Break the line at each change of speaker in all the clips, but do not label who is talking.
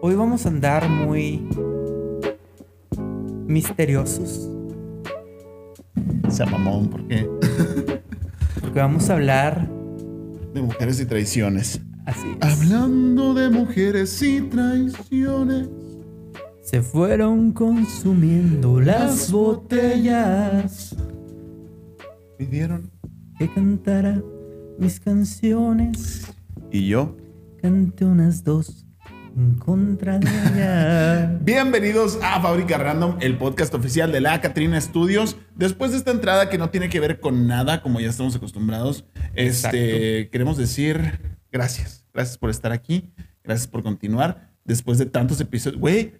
podemos andar muy misteriosos
Se mamón, ¿por qué?
porque vamos a hablar
De mujeres y traiciones.
así. es.
Hablando de mujeres y traiciones.
Se fueron consumiendo las botellas
Pidieron.
que cantara mis canciones.
Y yo.
Cante unas dos en contra de ella.
Bienvenidos a Fábrica Random, el podcast oficial de la Catrina Studios. Después de esta entrada que no tiene que ver con nada, como ya estamos acostumbrados, este, queremos decir gracias. Gracias por estar aquí. Gracias por continuar. Después de tantos episodios. Güey,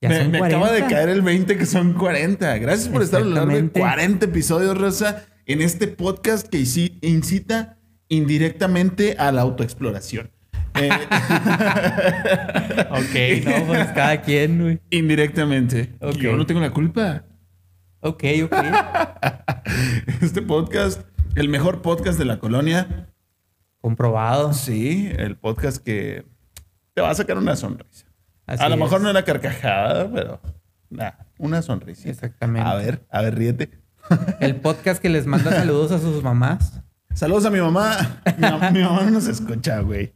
Ya
me,
son
me acaba de
40.
caer el 20 que son 40. Gracias por estar a lo largo de
Exactamente.
40 episodios, Rosa, en este podcast que inci- incita indirectamente a la autoexploración. Eh,
Ok, no, pues cada quien, güey.
indirectamente.
Ok.
Yo no tengo la culpa.
Ok, ok.
Este podcast, el mejor podcast de la colonia.
Comprobado.
Sí, el podcast que te va a sacar una sonrisa.
Así
a lo
es.
mejor no era carcajada, pero nada, una sonrisa.
Exactamente.
A ver, a ver, ríete.
El podcast que les manda saludos a sus mamás.
Saludos a mi mamá. Mi, ma- mi mamá no nos escucha, güey.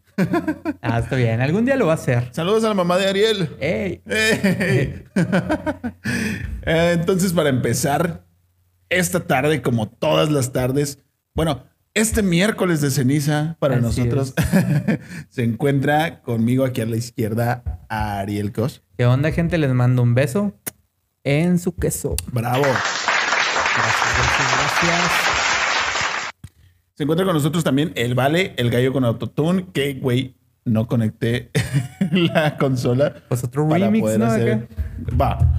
Ah, está bien. Algún día lo va a hacer.
Saludos a la mamá de Ariel.
¡Ey!
¡Ey! Eh, Entonces, para empezar, esta tarde, como todas las tardes, bueno, este miércoles de ceniza para
Así
nosotros, se encuentra conmigo aquí a la izquierda Ariel Cos.
¿Qué onda, gente? Les mando un beso en su queso.
Bravo.
Gracias, gracias, gracias.
Se encuentra con nosotros también el Vale, el gallo con autotune, que, güey, no conecté la consola.
Pues otro
para
remix,
poder
¿no?
hacer-
Acá.
Va.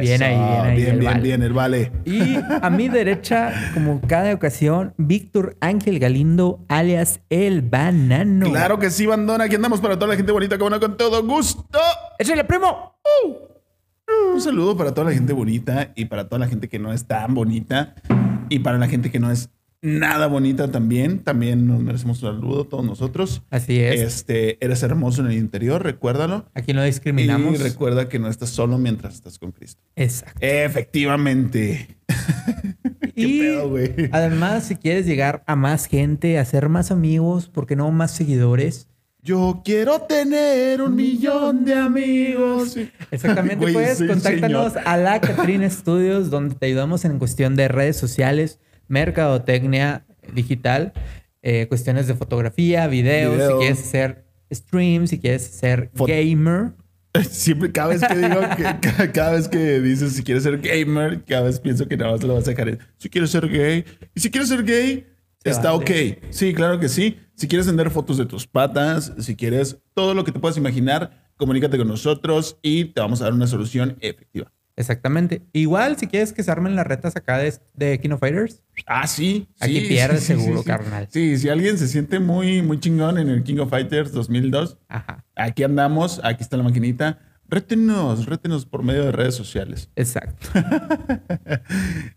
Bien ahí, bien ahí,
Bien,
el
bien,
Vale.
bien, el vale.
Y a mi derecha, como cada ocasión, Víctor Ángel Galindo, alias El Banano.
Claro que sí, Bandona. Aquí andamos para toda la gente bonita que bueno con todo gusto.
¡Échale, primo!
Un saludo para toda la gente bonita y para toda la gente que no es tan bonita y para la gente que no es nada bonita también. También nos merecemos un saludo todos nosotros.
Así es.
Este, eres hermoso en el interior, recuérdalo.
Aquí no
Y
discriminamos.
recuerda que no estás solo mientras estás con Cristo.
Exacto.
Efectivamente.
y
pedo, güey?
además, si quieres llegar a más gente, hacer más amigos, porque no más seguidores.
Yo quiero tener un millón de amigos.
Exactamente,
Güey,
pues
soy un
contáctanos
señor.
a la Catrina Studios, donde te ayudamos en cuestión de redes sociales, mercadotecnia digital, eh, cuestiones de fotografía, videos,
Video.
si quieres ser stream, si quieres ser
Fot-
gamer.
Siempre, cada vez que digo, que, ca- cada vez que dices si quieres ser gamer, cada vez pienso que nada más lo vas a dejar. en, Si quieres ser gay, y si quieres ser gay,
Se
está
vale.
ok. Sí, claro que sí. Si quieres vender fotos de tus patas, si quieres todo lo que te puedas imaginar, comunícate con nosotros y te vamos a dar una solución efectiva.
Exactamente. Igual, si quieres que se armen las retas acá de, de Kino Fighters,
Ah, sí.
Aquí
sí,
pierdes
sí, sí,
seguro,
sí.
carnal.
Sí, si alguien se siente muy, muy chingón en el King of Fighters 2002,
ajá,
aquí andamos, aquí está la maquinita. Rétenos, rétenos por medio de redes sociales.
exacto.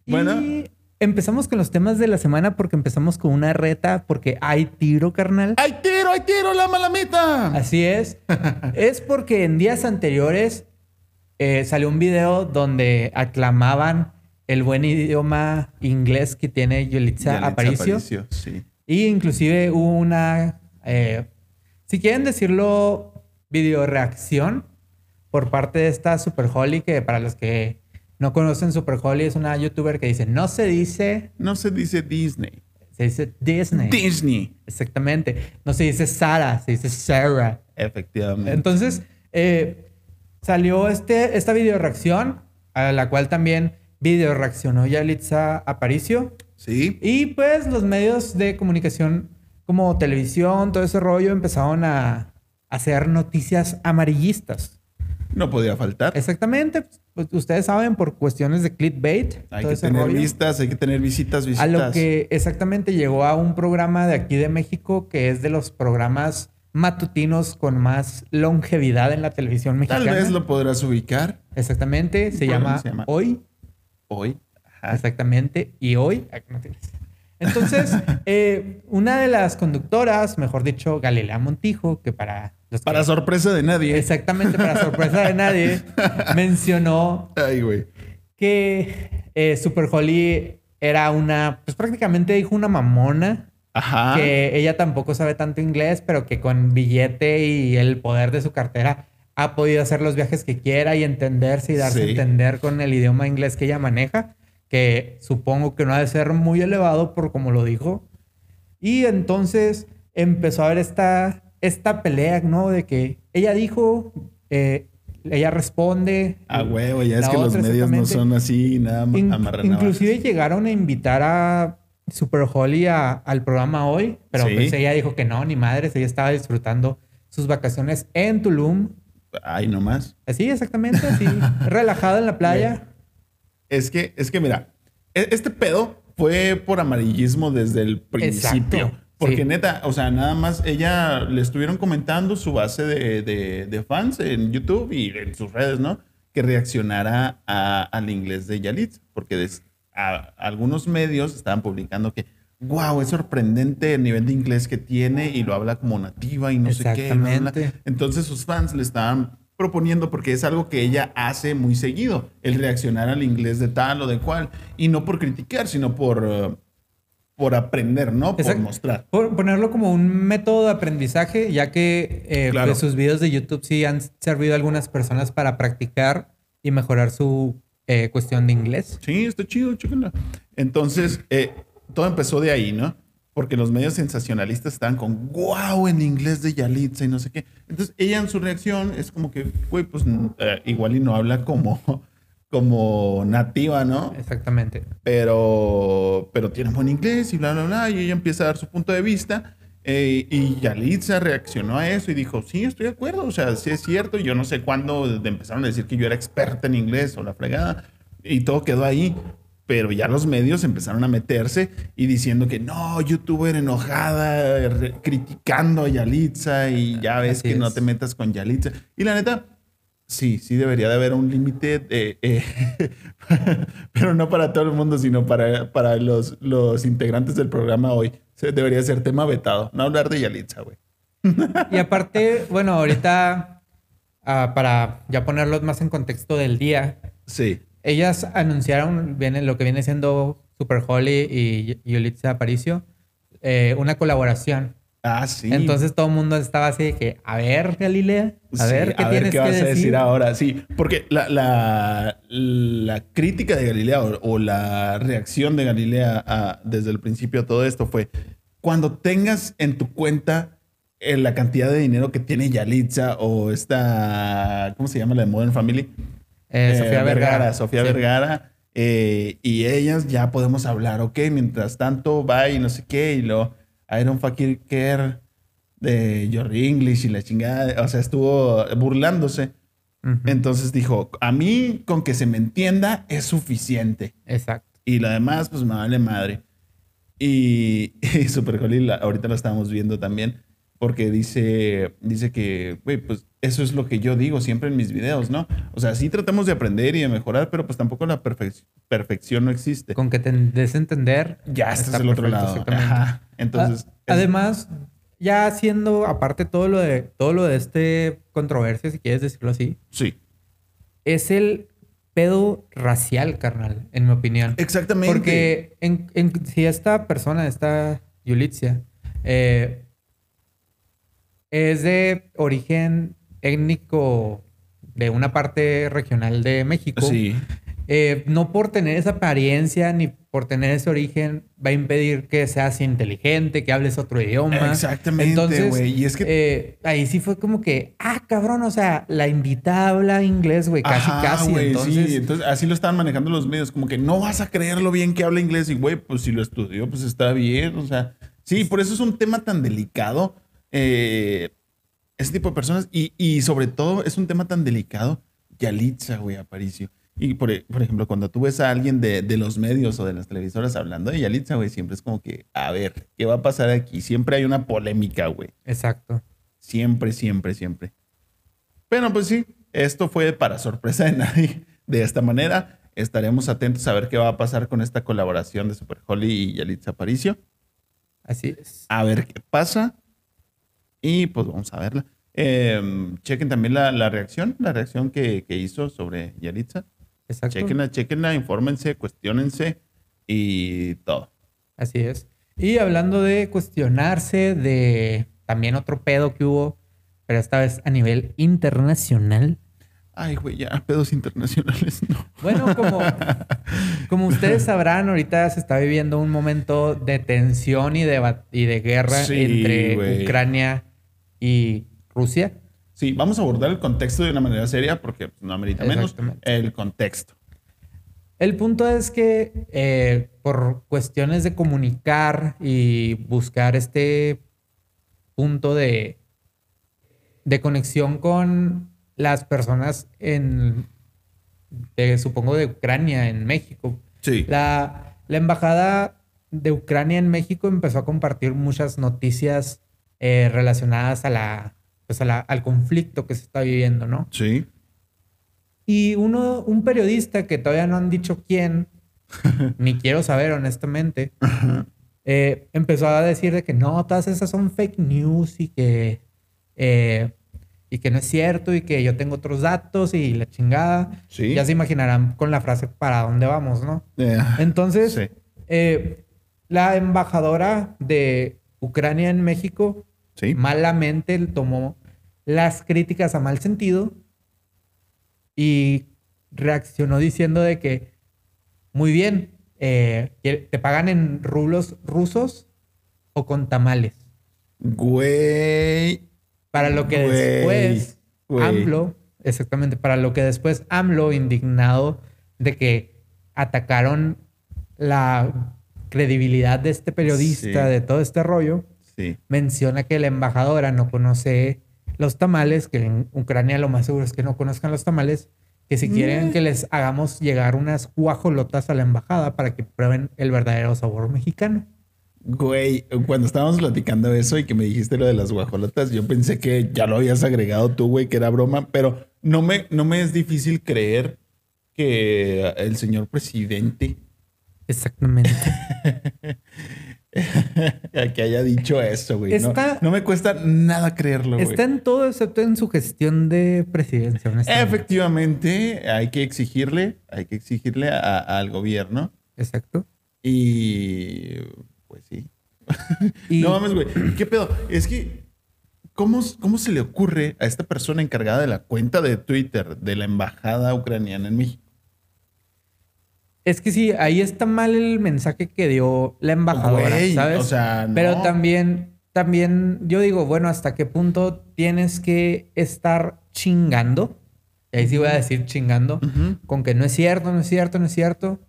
Bueno.
Y empezamos con los temas de la semana porque empezamos con una reta, porque hay tiro, carnal.
¡Ay, tiro, ay, tiro, la malamita!
Así es. es porque en días anteriores eh, salió un video donde aclamaban el buen idioma inglés que tiene Yolitza,
Yalitza
Aparicio.
sí.
Y inclusive hubo una, eh, si quieren decirlo, video reacción por parte de esta Super Holly, que para los que no conocen Super Holly es una youtuber que dice, no se dice,
No se dice Disney.
se dice Disney.
Disney.
Exactamente. No se dice Sara, se dice Sarah.
Efectivamente.
Entonces, eh, salió este, esta video reacción, a la cual también video reaccionó Yalitza Aparicio.
sí.
Y pues los medios de comunicación, como televisión, todo ese rollo, empezaron a hacer noticias amarillistas.
No podía faltar.
Exactamente. pues, ustedes saben, por cuestiones de clickbait.
Hay
todo
que
ese
tener
rollo.
vistas, hay que tener visitas,
A
visitas.
lo que exactamente llegó a un programa de aquí de México que es de los programas matutinos con más longevidad en la televisión mexicana.
Tal vez lo podrás ubicar
Exactamente, se
programa
llama,
se llama-
Hoy.
hoy. Ajá.
Exactamente, y hoy. ah, no tienes. Entonces, eh, una de las conductoras, mejor dicho, Galilea Montijo, que para los que-
Para sorpresa de nadie.
exactamente para sorpresa de nadie, mencionó
Ay, güey.
que eh, Super Holly era una, pues prácticamente dijo una mamona,
Ajá.
que ella tampoco sabe tanto inglés, pero que con billete y el poder de su cartera ha podido hacer los viajes que quiera y entenderse y darse
Sí.
a entender con el idioma inglés que ella maneja, que supongo que no ha de ser muy elevado por como lo dijo. Y entonces empezó a haber esta, esta pelea, ¿no? De que ella dijo, eh, ella responde.
A huevo, ya es
La
que los
otra,
medios no
exactamente.
son así, nada más
In-
amarranadas.
inclusive llegaron a invitar a Super Holly a- al programa hoy, pero
Sí.
pues ella dijo que no, ni madres, ella estaba disfrutando sus vacaciones en Tulum,
Ay, nomás.
así exactamente, así, relajada en la playa.
Es que, es que mira, e- este pedo fue por amarillismo desde el principio.
Exacto,
Porque
sí.
neta, o sea, nada más ella le estuvieron comentando su base de, de- de fans en YouTube y en sus redes, ¿no? Que reaccionara a- al inglés de Yalit. Porque des- a- algunos medios estaban publicando que, wow, es sorprendente el nivel de inglés que tiene y lo habla como nativa y no sé qué. bla, bla, bla".
Exactamente.
Entonces sus fans le estaban proponiendo porque es algo que ella hace muy seguido, el reaccionar al inglés de tal o de cual, y no por criticar, sino por, eh, por aprender, ¿no? Por
Exacto.
mostrar.
Por ponerlo como un método de aprendizaje, ya que eh,
Claro.
pues, sus videos de YouTube sí han servido a algunas personas para practicar y mejorar su eh, cuestión de inglés.
Sí, está chido, chéquenla. Entonces, eh, todo empezó de ahí, ¿no? Porque los medios sensacionalistas estaban con wow en inglés de Yalitza y no sé qué. Entonces, ella en su reacción es como que, güey, pues n- eh, igual y no habla como, como nativa, ¿no?
Exactamente.
pero, pero tiene buen inglés y bla, bla, bla. Y ella empieza a dar su punto de vista. eh, y Yalitza reaccionó a eso y dijo, sí, estoy de acuerdo, o sea, sí es cierto. Yo no sé cuándo de- empezaron a decir que yo era experta en inglés o la fregada. Y todo quedó ahí. Pero ya los medios empezaron a meterse y diciendo que no, youtuber enojada, re- criticando a Yalitza y ya ves
Así
que no
es.
te metas con Yalitza. Y la neta, Sí, sí debería de haber un límite, eh, eh, pero no para todo el mundo, sino para, para los, los integrantes del programa hoy. Se- Debería ser tema vetado, no hablar de Yalitza, güey.
Y aparte, bueno, ahorita, ah, para ya ponerlos más en contexto del día,
Sí,
ellas anunciaron viene, lo que viene siendo Super Holly y y Yulitza Aparicio, eh, una colaboración.
ah, sí.
Entonces todo el mundo estaba así de que, a ver, Galilea, a
Sí,
ver qué
a ver
tienes
qué
que
vas
decir.
a decir ahora. Sí, porque la, la, la crítica de Galilea o, o la reacción de Galilea a- desde el principio a todo esto fue cuando tengas en tu cuenta eh, la cantidad de dinero que tiene Yalitza o esta, ¿cómo se llama la de Modern Family?
Eh,
Eh,
Sofía Vergara.
Sofía
Sí.
Vergara. eh, y ellas ya podemos hablar, ok, mientras tanto va y no sé qué, y lo I don't fucking care de Jory English y la chingada, o sea, estuvo burlándose.
Ujú,
Entonces dijo, a mí con que se me entienda es suficiente.
Exacto.
Y lo demás, pues me vale madre. Y, y Super Holly, la- ahorita lo estábamos viendo también, porque dice, dice que, güey, pues eso es lo que yo digo siempre en mis videos, ¿no? O sea, sí tratamos de aprender y de mejorar, pero pues tampoco la perfec- perfección no existe.
Con que te des a entender.
ya estás
está
del otro
perfecto,
lado.
exactamente.
Ajá. Entonces,
A-
es-
Además, ya haciendo aparte todo lo de todo lo de este controversia, si quieres decirlo así,
sí.
es el pedo racial, carnal, en mi opinión.
Exactamente.
Porque en- en- si esta persona, esta Yulitzia, eh, es de origen étnico de una parte regional de México,
Sí.
eh, no por tener esa apariencia ni por tener ese origen va a impedir que seas inteligente, que hables otro idioma.
Exactamente,
Entonces,
güey. Y es que-
eh, ahí sí fue como que, ah, cabrón, o sea, la invitada habla inglés, güey, casi,
Ajá,
casi.
güey,
entonces,
sí, entonces así lo estaban manejando los medios, como que no vas a creer lo bien que habla inglés y güey, pues si lo estudió, pues está bien, o sea, sí, por eso es un tema tan delicado, eh, ese tipo de personas y, y sobre todo es un tema tan delicado, Yalitza, güey, Aparicio. Y por, e- por ejemplo, cuando tú ves a alguien de, de los medios o de las televisoras hablando de Yalitza, güey, siempre es como que, a ver, ¿qué va a pasar aquí? Siempre hay una polémica, güey.
exacto.
Siempre, siempre, siempre. Pero pues sí, esto fue para sorpresa de nadie de esta manera. Estaremos atentos a ver qué va a pasar con esta colaboración de Super Holly y Yalitza Aparicio.
Así es.
A ver qué pasa. Y pues vamos a verla. Eh, chequen también la, la reacción, la reacción que, que hizo sobre Yalitza.
Exacto.
Chequenla, chequenla, infórmense, cuestionense y todo.
Así es. Y hablando de cuestionarse, de también otro pedo que hubo, pero esta vez a nivel internacional.
Ay, güey, ya, pedos internacionales, no.
Bueno, como, como ustedes sabrán, ahorita se está viviendo un momento de tensión y de, bat- y de guerra
Sí,
entre
güey.
Ucrania y Rusia.
Sí, vamos a abordar el contexto de una manera seria porque no amerita menos
Exactamente.
el contexto.
El punto es que eh, por cuestiones de comunicar y buscar este punto de, de conexión con las personas en, de- supongo, de Ucrania, en México.
Sí.
La, la embajada de Ucrania en México empezó a compartir muchas noticias eh, relacionadas a la, pues a la- al conflicto que se está viviendo, ¿no?
Sí.
Y uno, un periodista que todavía no han dicho quién, ni quiero saber honestamente, eh, empezó a decir de que no, todas esas son fake news y que, eh, y que no es cierto y que yo tengo otros datos y la chingada.
Sí.
Ya se imaginarán con la frase para dónde vamos, ¿no?
Eh,
Entonces,
Sí.
eh, la embajadora de Ucrania en México
sí.
malamente él tomó las críticas a mal sentido y reaccionó diciendo de que, muy bien, eh, te pagan en rublos rusos o con tamales.
Güey.
Para lo que
Güey,
después
güey.
AMLO, exactamente, para lo que después AMLO, indignado de que atacaron la credibilidad de este periodista,
Sí.
de todo este rollo,
Sí.
menciona que la embajadora no conoce los tamales, que en Ucrania lo más seguro es que no conozcan los tamales, que si quieren
Mm.
que les hagamos llegar unas guajolotas a la embajada para que prueben el verdadero sabor mexicano.
Güey, cuando estábamos platicando eso y que me dijiste lo de las guajolotas, yo pensé que ya lo habías agregado tú, güey, que era broma, pero no me, no me es difícil creer que el señor presidente
Exactamente.
que haya dicho eso, güey. No-
Está-
no, me cuesta nada creerlo, güey.
Está en todo excepto en su gestión de presidencia. honestamente.
Efectivamente, hay que exigirle, hay que exigirle a- al gobierno
Exacto.
y pues sí.
Y
No mames, güey. ¿Qué pedo? Es que, ¿cómo, ¿cómo se le ocurre a esta persona encargada de la cuenta de Twitter de la embajada ucraniana en México?
es que sí, ahí está mal el mensaje que dio la embajadora,
Güey,
¿sabes?
O sea, no.
Pero también, también, yo digo, bueno, ¿hasta qué punto tienes que estar chingando? Y ahí sí voy a decir chingando,
Ujú.
con que no es cierto, no es cierto, no es cierto,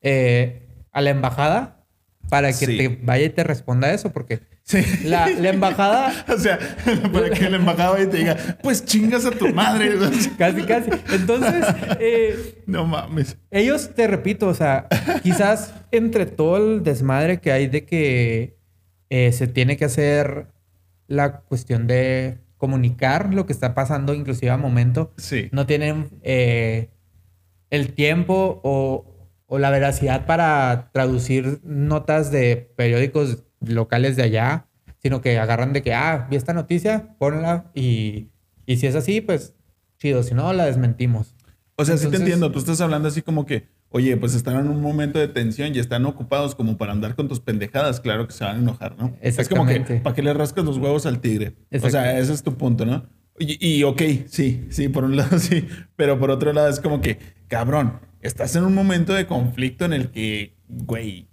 eh, a la embajada para que
Sí.
te vaya y te responda eso, porque
Sí.
la, la embajada,
O sea, para que la embajada vaya y te diga, pues chingas a tu madre.
casi, casi. Entonces, eh,
No mames.
Ellos, te repito, o sea, quizás entre todo el desmadre que hay de que eh, se tiene que hacer la cuestión de comunicar lo que está pasando, inclusive a momento,
Sí.
no tienen eh, el tiempo o, o la veracidad para traducir notas de periódicos locales de allá, sino que agarran de que, ah, vi esta noticia, ponla y, y si es así, pues chido, si no, la desmentimos.
O sea, sí te
Entonces- eh,
entiendo. Tú estás hablando así como que, oye, pues están en un momento de tensión y están ocupados como para andar con tus pendejadas. Claro que se van a enojar, ¿no? Es como que,
Exactamente.
¿para qué le rascas los huevos al tigre? O sea,
Exacto.
ese es tu punto, ¿no? Y, y, ok, sí, sí, por un lado sí, pero por otro lado es como que, cabrón, estás en un momento de conflicto en el que, güey,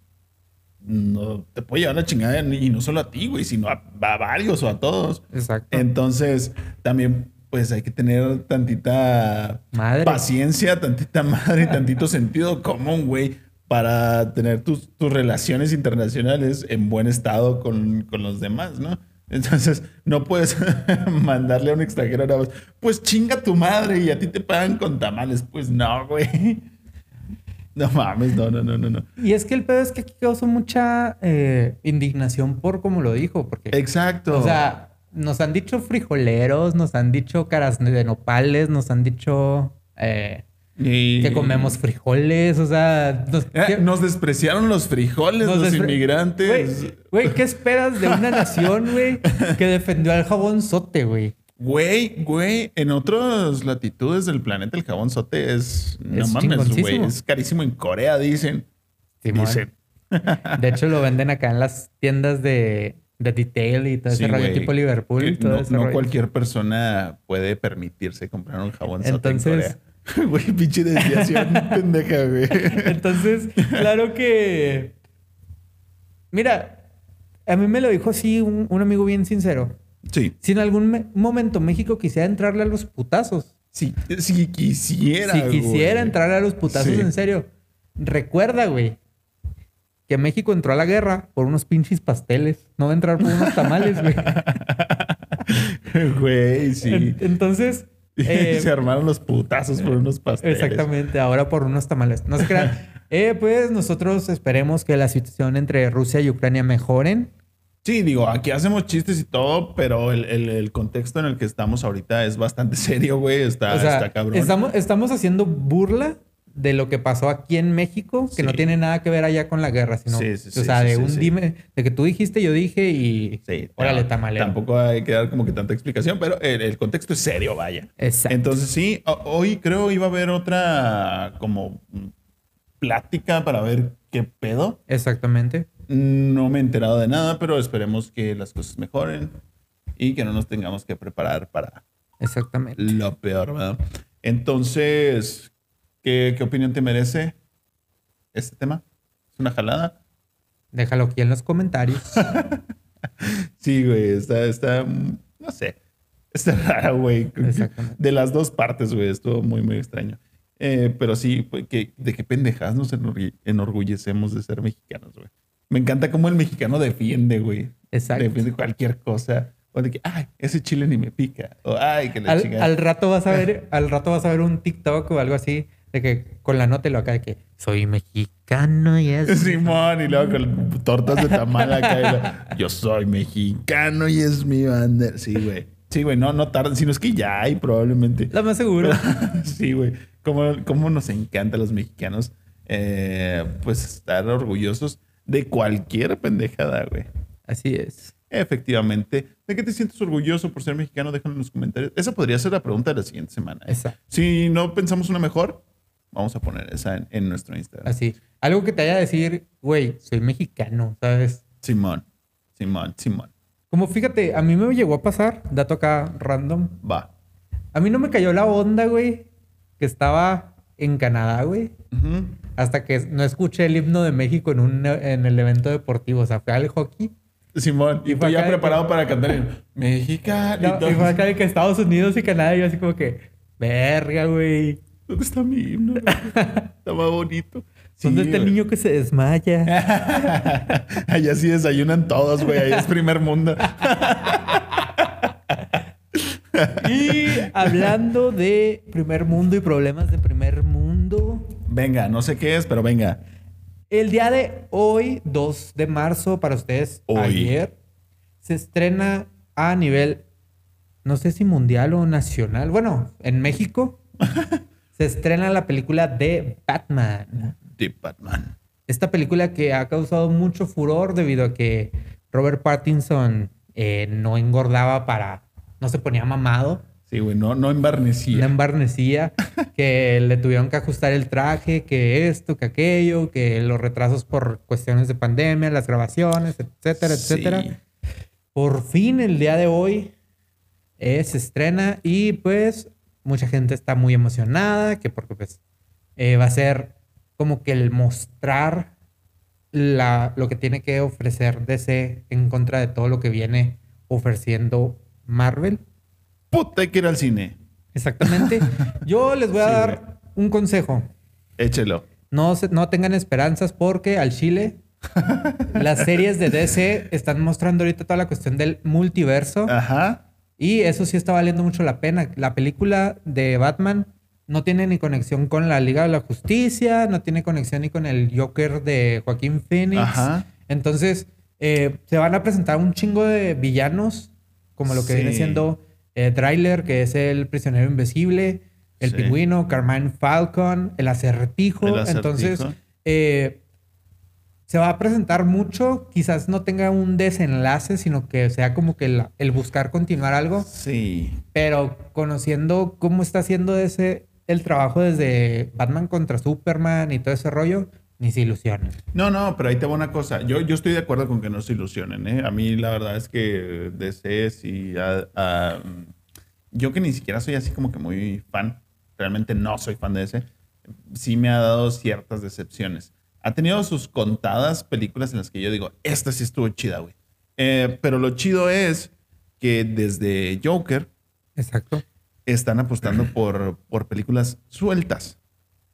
no te puede llevar la chingada y no solo a ti, güey, sino a, a varios o a todos.
Exacto.
Entonces, también, pues hay que tener tantita
Madre.
paciencia, tantita madre, tantito sentido común, güey, para tener tus, tus relaciones internacionales en buen estado con, con los demás, ¿no? Entonces, no puedes mandarle a un extranjero nada más, pues chinga tu madre y a ti te pagan con tamales. Pues no, güey. No mames, no, no, no, no, no.
Y es que el pedo es que aquí causó mucha eh, indignación por como lo dijo, porque,
Exacto.
o sea, nos han dicho frijoleros, nos han dicho caras de nopales, nos han dicho eh,
Y-
que comemos frijoles, o sea, nos,
Eh, nos despreciaron los frijoles,
nos
los
despre-
inmigrantes.
Güey, Güey, ¿qué esperas de una nación, güey, que defendió al jabón sote, güey?
Güey, güey, en otras latitudes del planeta el jabón sote es. No
Es
mames, güey.
chingoncísimo.
Es carísimo en Corea, dicen.
Simón.
Dicen.
De hecho, lo venden acá en las tiendas de, de detail y todo
Sí,
ese rollo
güey.
tipo Liverpool y
Que
todo
no,
ese
no
rollo.
cualquier persona puede permitirse comprar un jabón sote en
Entonces-
Corea. Güey, pinche desviación pendeja, güey.
Entonces, claro que. Mira, a mí me lo dijo así un, un amigo bien sincero.
Sí.
Si en algún me- momento México quisiera entrarle a los putazos,
Si, si quisiera.
si
güey.
quisiera entrarle a los putazos
Sí.
en serio, recuerda, güey, que México entró a la guerra por unos pinches pasteles, no va a entrar por unos tamales, güey.
Güey, sí.
En- Entonces. eh,
Se armaron los putazos por unos pasteles.
Exactamente, ahora por unos tamales. No se crean. Eh, pues nosotros esperemos que la situación entre Rusia y Ucrania mejoren.
Sí, digo, aquí hacemos chistes y todo, pero el, el- el contexto en el que estamos ahorita es bastante serio, güey. Está,
o sea,
está cabrón.
Estamos, estamos haciendo burla de lo que pasó aquí en México, que no
Sí.
tiene nada que ver allá con la guerra, sino,
Sí, sí,
o
sí,
sea,
sí,
de
sí,
un
sí.
dime, de que tú dijiste, yo dije y
Sí,
órale,
no,
tamalero.
Tampoco hay que dar como que tanta explicación, pero el, el contexto es serio, vaya.
Exacto.
Entonces, sí, ho- hoy creo iba a haber otra como mm, plática para ver qué pedo.
Exactamente.
No me he enterado de nada, pero esperemos que las cosas mejoren y que no nos tengamos que preparar para
Exactamente.
lo peor, ¿verdad? Entonces, ¿qué, qué opinión te merece este tema? ¿Es una jalada?
Déjalo aquí en los comentarios.
Sí, güey, está, está, mm, no sé, está rara, güey.
Exactamente.
De las dos partes, güey, estuvo muy, muy extraño. Eh, pero sí, pues, que, de qué pendejadas nos enorgu- enorgullecemos de ser mexicanos, güey. Me encanta cómo el mexicano defiende, güey.
Exacto.
Defiende cualquier cosa. O de que, ay, ese chile ni me pica. O, ay, que la
al,
chingada.
al rato vas a ver, al rato vas a ver un TikTok o algo así de que con la nota y lo acá de que soy mexicano y es
Simón, y luego con tortas de tamal acá. y la- Yo soy mexicano y es mi bandera. Sí, güey. Sí, güey, no, no tardan, sino es que ya hay probablemente.
lo más seguro.
sí, güey. Cómo, cómo nos encanta a los mexicanos eh, pues estar orgullosos de cualquier pendejada, güey.
Así es.
Efectivamente. ¿De qué te sientes orgulloso por ser mexicano? Déjalo en los comentarios. Esa podría ser la pregunta de la siguiente semana. ¿eh?
Exacto.
Si no pensamos una mejor, vamos a poner esa en, en nuestro Instagram.
Así. Algo que te haya decir, güey, soy mexicano, ¿sabes?
Simón, Simón, Simón.
Como fíjate, a mí me llegó a pasar, dato acá random.
Va.
A mí no me cayó la onda, güey, que estaba en Canadá, güey.
Ujú.
Hasta que no escuché el himno de México en, un, en el evento deportivo. O sea, fue al hockey.
Simón, y
Y
tú
fue
ya
acá de
preparado
que-
para cantar en
No,
Mexicano.
y fue acá de que Estados Unidos y Canadá. Y yo así como que, verga, güey.
¿Dónde está mi himno? güey? Está más bonito. Sí,
¿Dónde está el
güey.
niño que se desmaya?
Allá sí desayunan todos, güey. Ahí es primer mundo.
y hablando de primer mundo y problemas de primer mundo.
Venga, no sé qué es, pero venga.
El día de hoy, 2 de marzo, para ustedes,
Hoy.
ayer, se estrena a nivel, no sé si mundial o nacional, bueno, en México, se estrena la película de Batman.
The Batman.
Esta película que ha causado mucho furor debido a que Robert Pattinson eh, no engordaba para, no se ponía mamado,
Sí, güey, no, no embarnecía.
la embarnecía, que le tuvieron que ajustar el traje, que esto, que aquello, que los retrasos por cuestiones de pandemia, las grabaciones, etcétera,
Sí.
etcétera. Por fin el día de hoy eh, se estrena y pues mucha gente está muy emocionada, que porque pues eh, va a ser como que el mostrar la, lo que tiene que ofrecer DC en contra de todo lo que viene ofreciendo Marvel.
Puta, hay que ir al cine.
Exactamente. Yo les voy a
Sí,
dar un consejo.
Échelo.
No, se- no tengan esperanzas porque al Chile las series de DC están mostrando ahorita toda la cuestión del multiverso
Ah. Ajá.
y eso sí está valiendo mucho la pena. La película de Batman no tiene ni conexión con la Liga de la Justicia, no tiene conexión ni con el Joker de Joaquín Phoenix.
Ajá.
Entonces, eh, se van a presentar un chingo de villanos, como lo que
Sí.
viene siendo eh, Trailer, que es el prisionero invisible. el
Sí.
pingüino, Carmine Falcon, el acertijo.
El acertijo.
Entonces, eh, se va a presentar mucho, quizás no tenga un desenlace, sino que sea como que la- el buscar continuar algo,
Sí.
pero conociendo cómo está haciendo ese el trabajo desde Batman contra Superman y todo ese rollo, ni se ilusionen.
No, no, pero ahí te va una cosa. Yo, yo estoy de acuerdo con que no se ilusionen, ¿eh? A mí la verdad es que DC sí... ah, ah, yo que ni siquiera soy así como que muy fan, realmente no soy fan de DC, sí me ha dado ciertas decepciones. Ha tenido sus contadas películas en las que yo digo, esta sí estuvo chida, güey. Eh, pero lo chido es que desde Joker
Exacto.
están apostando por, por películas sueltas,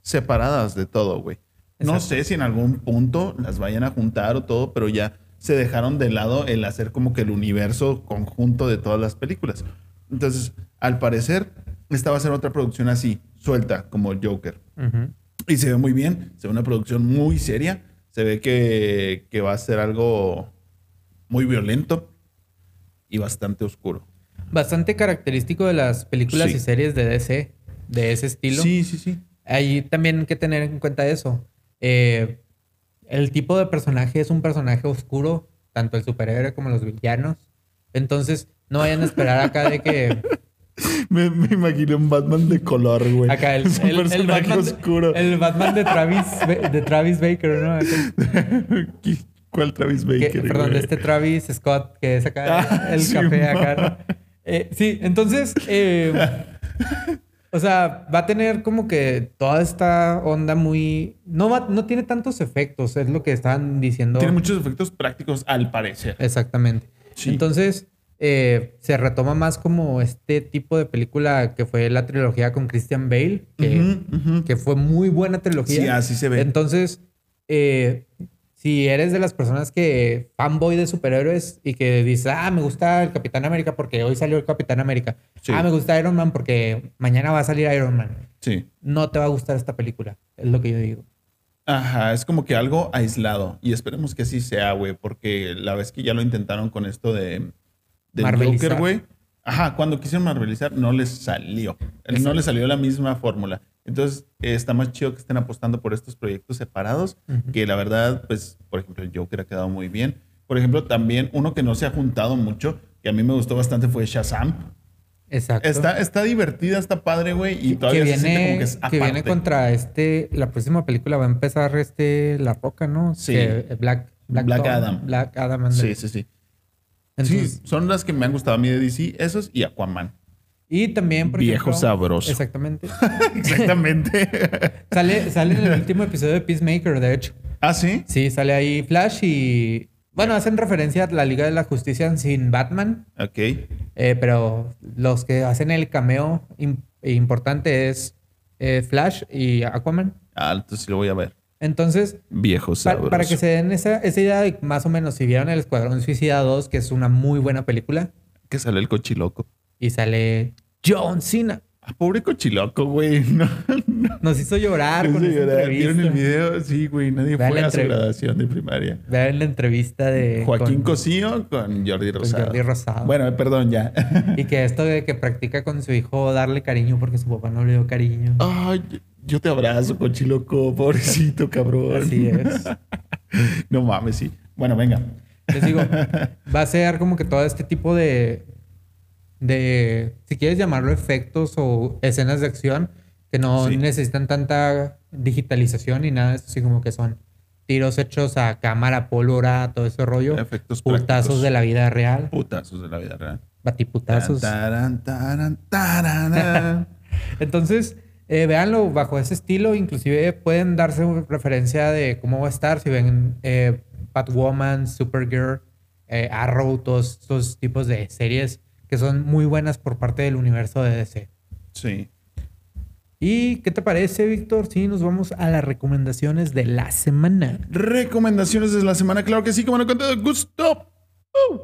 separadas de todo, güey. No
Exacto.
sé si en algún punto las vayan a juntar o todo, pero ya se dejaron de lado el hacer como que el universo conjunto de todas las películas. Entonces, al parecer, esta va a ser otra producción así, suelta, como Joker.
Ujú.
Y se ve muy bien, se ve una producción muy seria, se ve que, que va a ser algo muy violento y bastante oscuro.
Bastante característico de las películas
Sí.
y series de DC, de ese estilo.
Sí, sí, sí.
Hay también que tener en cuenta eso. Eh, el tipo de personaje es un personaje oscuro, tanto el superhéroe como los villanos. Entonces, no vayan a esperar acá de que
Me, me imaginé un Batman de color, güey.
acá el,
Es un
el- el
personaje
Batman,
oscuro.
el Batman de Travis Ba- de Travis Baker, ¿no? Acá
¿Qué- ¿Cuál Travis
que-
Baker?
perdón, de
güey?
este Travis Scott que es acá
Ah,
el
sí,
café acá.
ma.
¿no? Eh, sí, entonces eh, O sea, va a tener como que toda esta onda muy... No, va- no tiene tantos efectos, es lo que estaban diciendo.
Tiene muchos efectos prácticos, al parecer.
Eh, Exactamente.
Sí.
Entonces, eh, se retoma más como este tipo de película que fue la trilogía con Christian Bale, que,
Ujú, ujú.
que fue muy buena trilogía.
Sí, así se ve.
Entonces, eh, si eres de las personas que fanboy de superhéroes y que dices, ah, me gusta el Capitán América porque hoy salió el Capitán América.
Sí.
Ah, me gusta Iron Man porque mañana va a salir Iron Man.
Sí.
No te va a gustar esta película, es lo que yo digo.
Ajá, es como que algo aislado. Y esperemos que así sea, güey, porque la vez que ya lo intentaron con esto de, del
Marvelizar.
Joker, güey. Ajá, cuando quisieron marvelizar, no les salió. No les salió la misma fórmula. Entonces, eh, está más chido que estén apostando por estos proyectos separados, que la verdad, pues, por ejemplo, el Joker ha quedado muy bien. Por ejemplo, también uno que no se ha juntado mucho, que a mí me gustó bastante, fue Shazam.
Exacto.
Está, está divertida, está padre, güey, y todavía
que
se siente
viene,
como que es
que
aparte.
viene contra este. La próxima película va a empezar este La Roca, ¿no?
Sí.
Que, eh, Black,
Black
Dawn,
Adam.
Black Adam. ándale.
Sí, sí, sí.
Entonces,
sí, son las que me han gustado a mí de DC, esos y Aquaman.
Y también. por
Viejo
ejemplo,
sabroso.
Exactamente.
Exactamente.
sale, sale en el último episodio de Peacemaker, de hecho.
ah, sí.
Sí, sale ahí Flash y. Bueno, hacen referencia a la Liga de la Justicia sin Batman,
Ok.
eh, pero los que hacen el cameo im- importante es eh, Flash y Aquaman.
Ah, entonces sí lo voy a ver.
Entonces,
Viejo
Pa-
sabroso.
para que se den esa, esa idea de más o menos si vieron El Escuadrón Suicida 2, que es una muy buena película,
Que sale el cochiloco.
y sale John Cena.
Ah, pobre cochiloco, güey. No, no.
Nos hizo llorar Ah, con
Sí,
esa
¿verdad?
entrevista.
¿Vieron el video? Sí, güey. Nadie
Vean
fue
la
a su
entrev-
graduación de primaria.
Vean la entrevista de
Joaquín
con-
Cosío con Jordi
con
Rosado.
Jordi Rosado.
Bueno, eh, perdón, ya.
Y que esto de que practica con su hijo darle cariño porque su papá no le dio cariño.
Ay, yo te abrazo, cochiloco. Pobrecito, cabrón.
Así es.
No mames, sí. Bueno, venga.
Les digo, va a ser como que todo este tipo de, de, si quieres llamarlo efectos o escenas de acción, que no
Sí.
necesitan tanta digitalización ni nada, de eso, así como que son tiros hechos a cámara, pólvora, todo ese rollo.
Efectos prácticos.
Putazos de la vida real,
Putazos de la vida real.
batiputazos.
Taran, taran, taran, taran.
Entonces, eh, véanlo bajo ese estilo. Inclusive pueden darse una referencia de cómo va a estar. Si ven eh, Batwoman, Supergirl, eh, Arrow, todos estos tipos de series que son muy buenas por parte del universo de DC.
Sí.
¿Y qué te parece, Víctor? Sí, nos vamos a las recomendaciones de la semana.
Recomendaciones de la semana, claro que sí, como no con todo gusto. ¡Uh!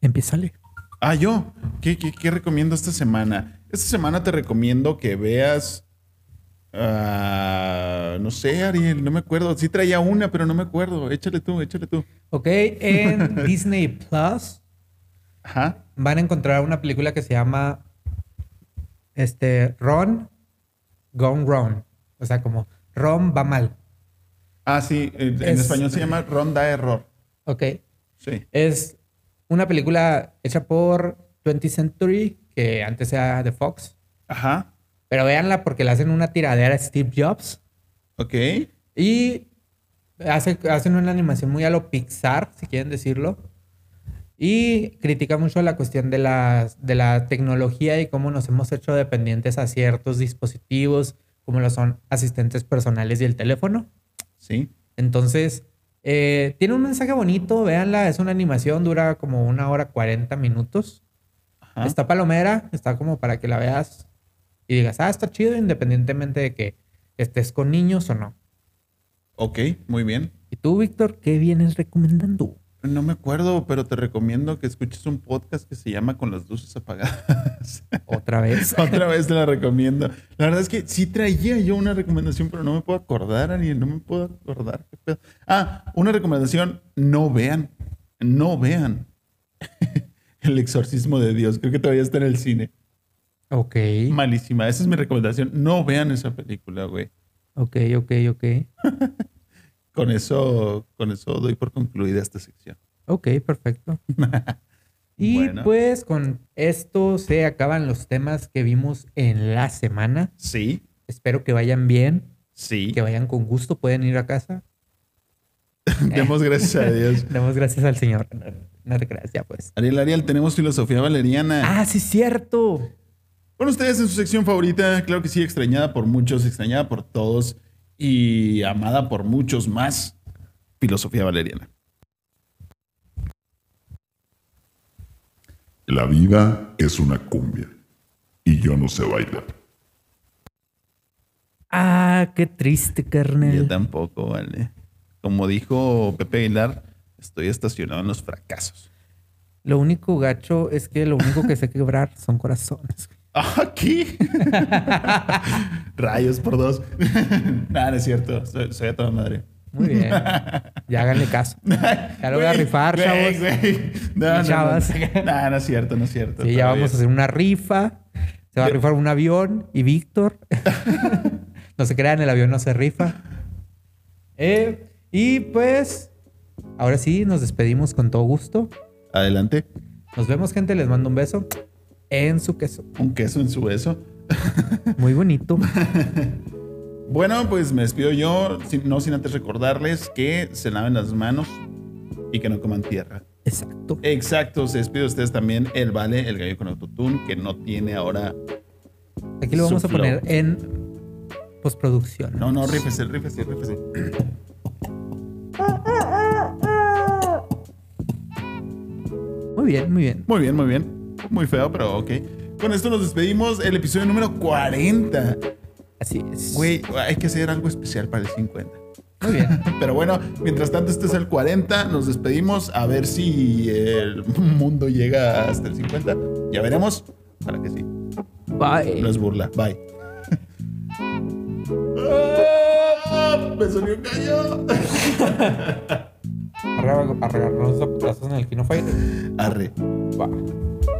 Empiezale.
Ah, yo, ¿Qué, qué, qué recomiendo esta semana? Esta semana te recomiendo que veas. ah, no sé, Ariel, no me acuerdo. Sí traía una, pero no me acuerdo. Échale tú, échale tú.
Ok, en Disney Plus
Ajá.
van a encontrar una película que se llama este, Ron Gone Wrong. O sea, como Ron va mal.
Ah, sí, eh, en
Es-
español se llama Ronda Error.
Ok.
Sí.
Es una película hecha por 20th Century, que antes era de Fox.
Ajá.
Pero véanla porque le hacen una tiradera a Steve Jobs.
Ok.
Y hace- hacen una animación muy a lo Pixar, si quieren decirlo. Y critica mucho la cuestión de la, de la tecnología y cómo nos hemos hecho dependientes a ciertos dispositivos, como lo son asistentes personales y el teléfono.
Sí.
Entonces, eh, tiene un mensaje bonito, véanla, es una animación, dura como una hora 40 minutos.
Ajá.
Está palomera, está como para que la veas y digas, ah, está chido, independientemente de que estés con niños o no.
Ok, muy bien.
¿Y tú, Víctor, qué vienes recomendando?
No me acuerdo, pero te recomiendo que escuches un podcast que se llama Con las luces apagadas.
Otra vez.
Otra vez te la recomiendo. La verdad es que sí traía yo una recomendación, pero no me puedo acordar, Ariel, no me puedo acordar. ¿Qué pedo? Ah, una recomendación, no vean, no vean El exorcismo de Dios. Creo que todavía está en el cine.
ok,
Malísima. Esa es mi recomendación. No vean esa película, güey.
ok, ok, ok.
Con eso, con eso doy por concluida esta sección.
Ok, perfecto. y
Bueno.
pues con esto se acaban los temas que vimos en la semana.
Sí,
Espero que vayan bien,
sí.
que vayan con gusto, pueden ir a casa.
Demos gracias a Dios.
Damos gracias al Señor. No, no te creas, ya pues.
Ariel, Ariel, tenemos filosofía valeriana.
Ah, sí, cierto.
Con ustedes en su sección favorita, claro que sí, extrañada por muchos, extrañada por todos y amada por muchos más, filosofía valeriana.
La vida es una cumbia y yo no sé bailar.
Ah, qué triste,
Yo
carnal.
tampoco, vale. Como dijo Pepe Aguilar, estoy estacionado en los fracasos.
Lo único gacho es que lo único que sé quebrar son corazones.
Aquí. Rayos por dos. Nada, no es cierto. Soy, soy a toda madre.
Muy bien. Ya háganle caso. Ya lo voy a
Güey,
rifar,
güey,
chavos.
güey. No, no, no.
chavas.
No, no es cierto, no es cierto.
Sí, ya
Todavía-
vamos a hacer una rifa. Se va a
Yo-
rifar un avión y Víctor. no se crean, el avión no se rifa. Eh, y pues, ahora sí, nos despedimos con todo gusto.
Adelante.
Nos vemos, gente. Les mando un beso en su queso.
Un queso en su beso.
Muy bonito.
Bueno, pues me despido yo, sin- no sin antes recordarles que se laven las manos y que no coman tierra.
Exacto.
Exacto, se despide de ustedes también el Vale, el gallo con autotune, que no tiene ahora...
Aquí lo vamos a
Su flow.
poner en postproducción.
No, no, rífese, rífese, rífese.
Muy bien, muy bien.
Muy bien, muy bien. Muy feo, pero ok. Con esto nos despedimos, el episodio número 40.
Así es.
Güey, hay que hacer algo especial para el 50.
Muy bien.
Pero bueno, mientras tanto este es el 40, nos despedimos a ver si el mundo llega hasta el 50. Ya veremos. Para que sí.
Bye.
No es burla. Bye. Ah, Me salió un gallo.
Para regarnos a putazos en el Kino Fighter.
Arre.
Va.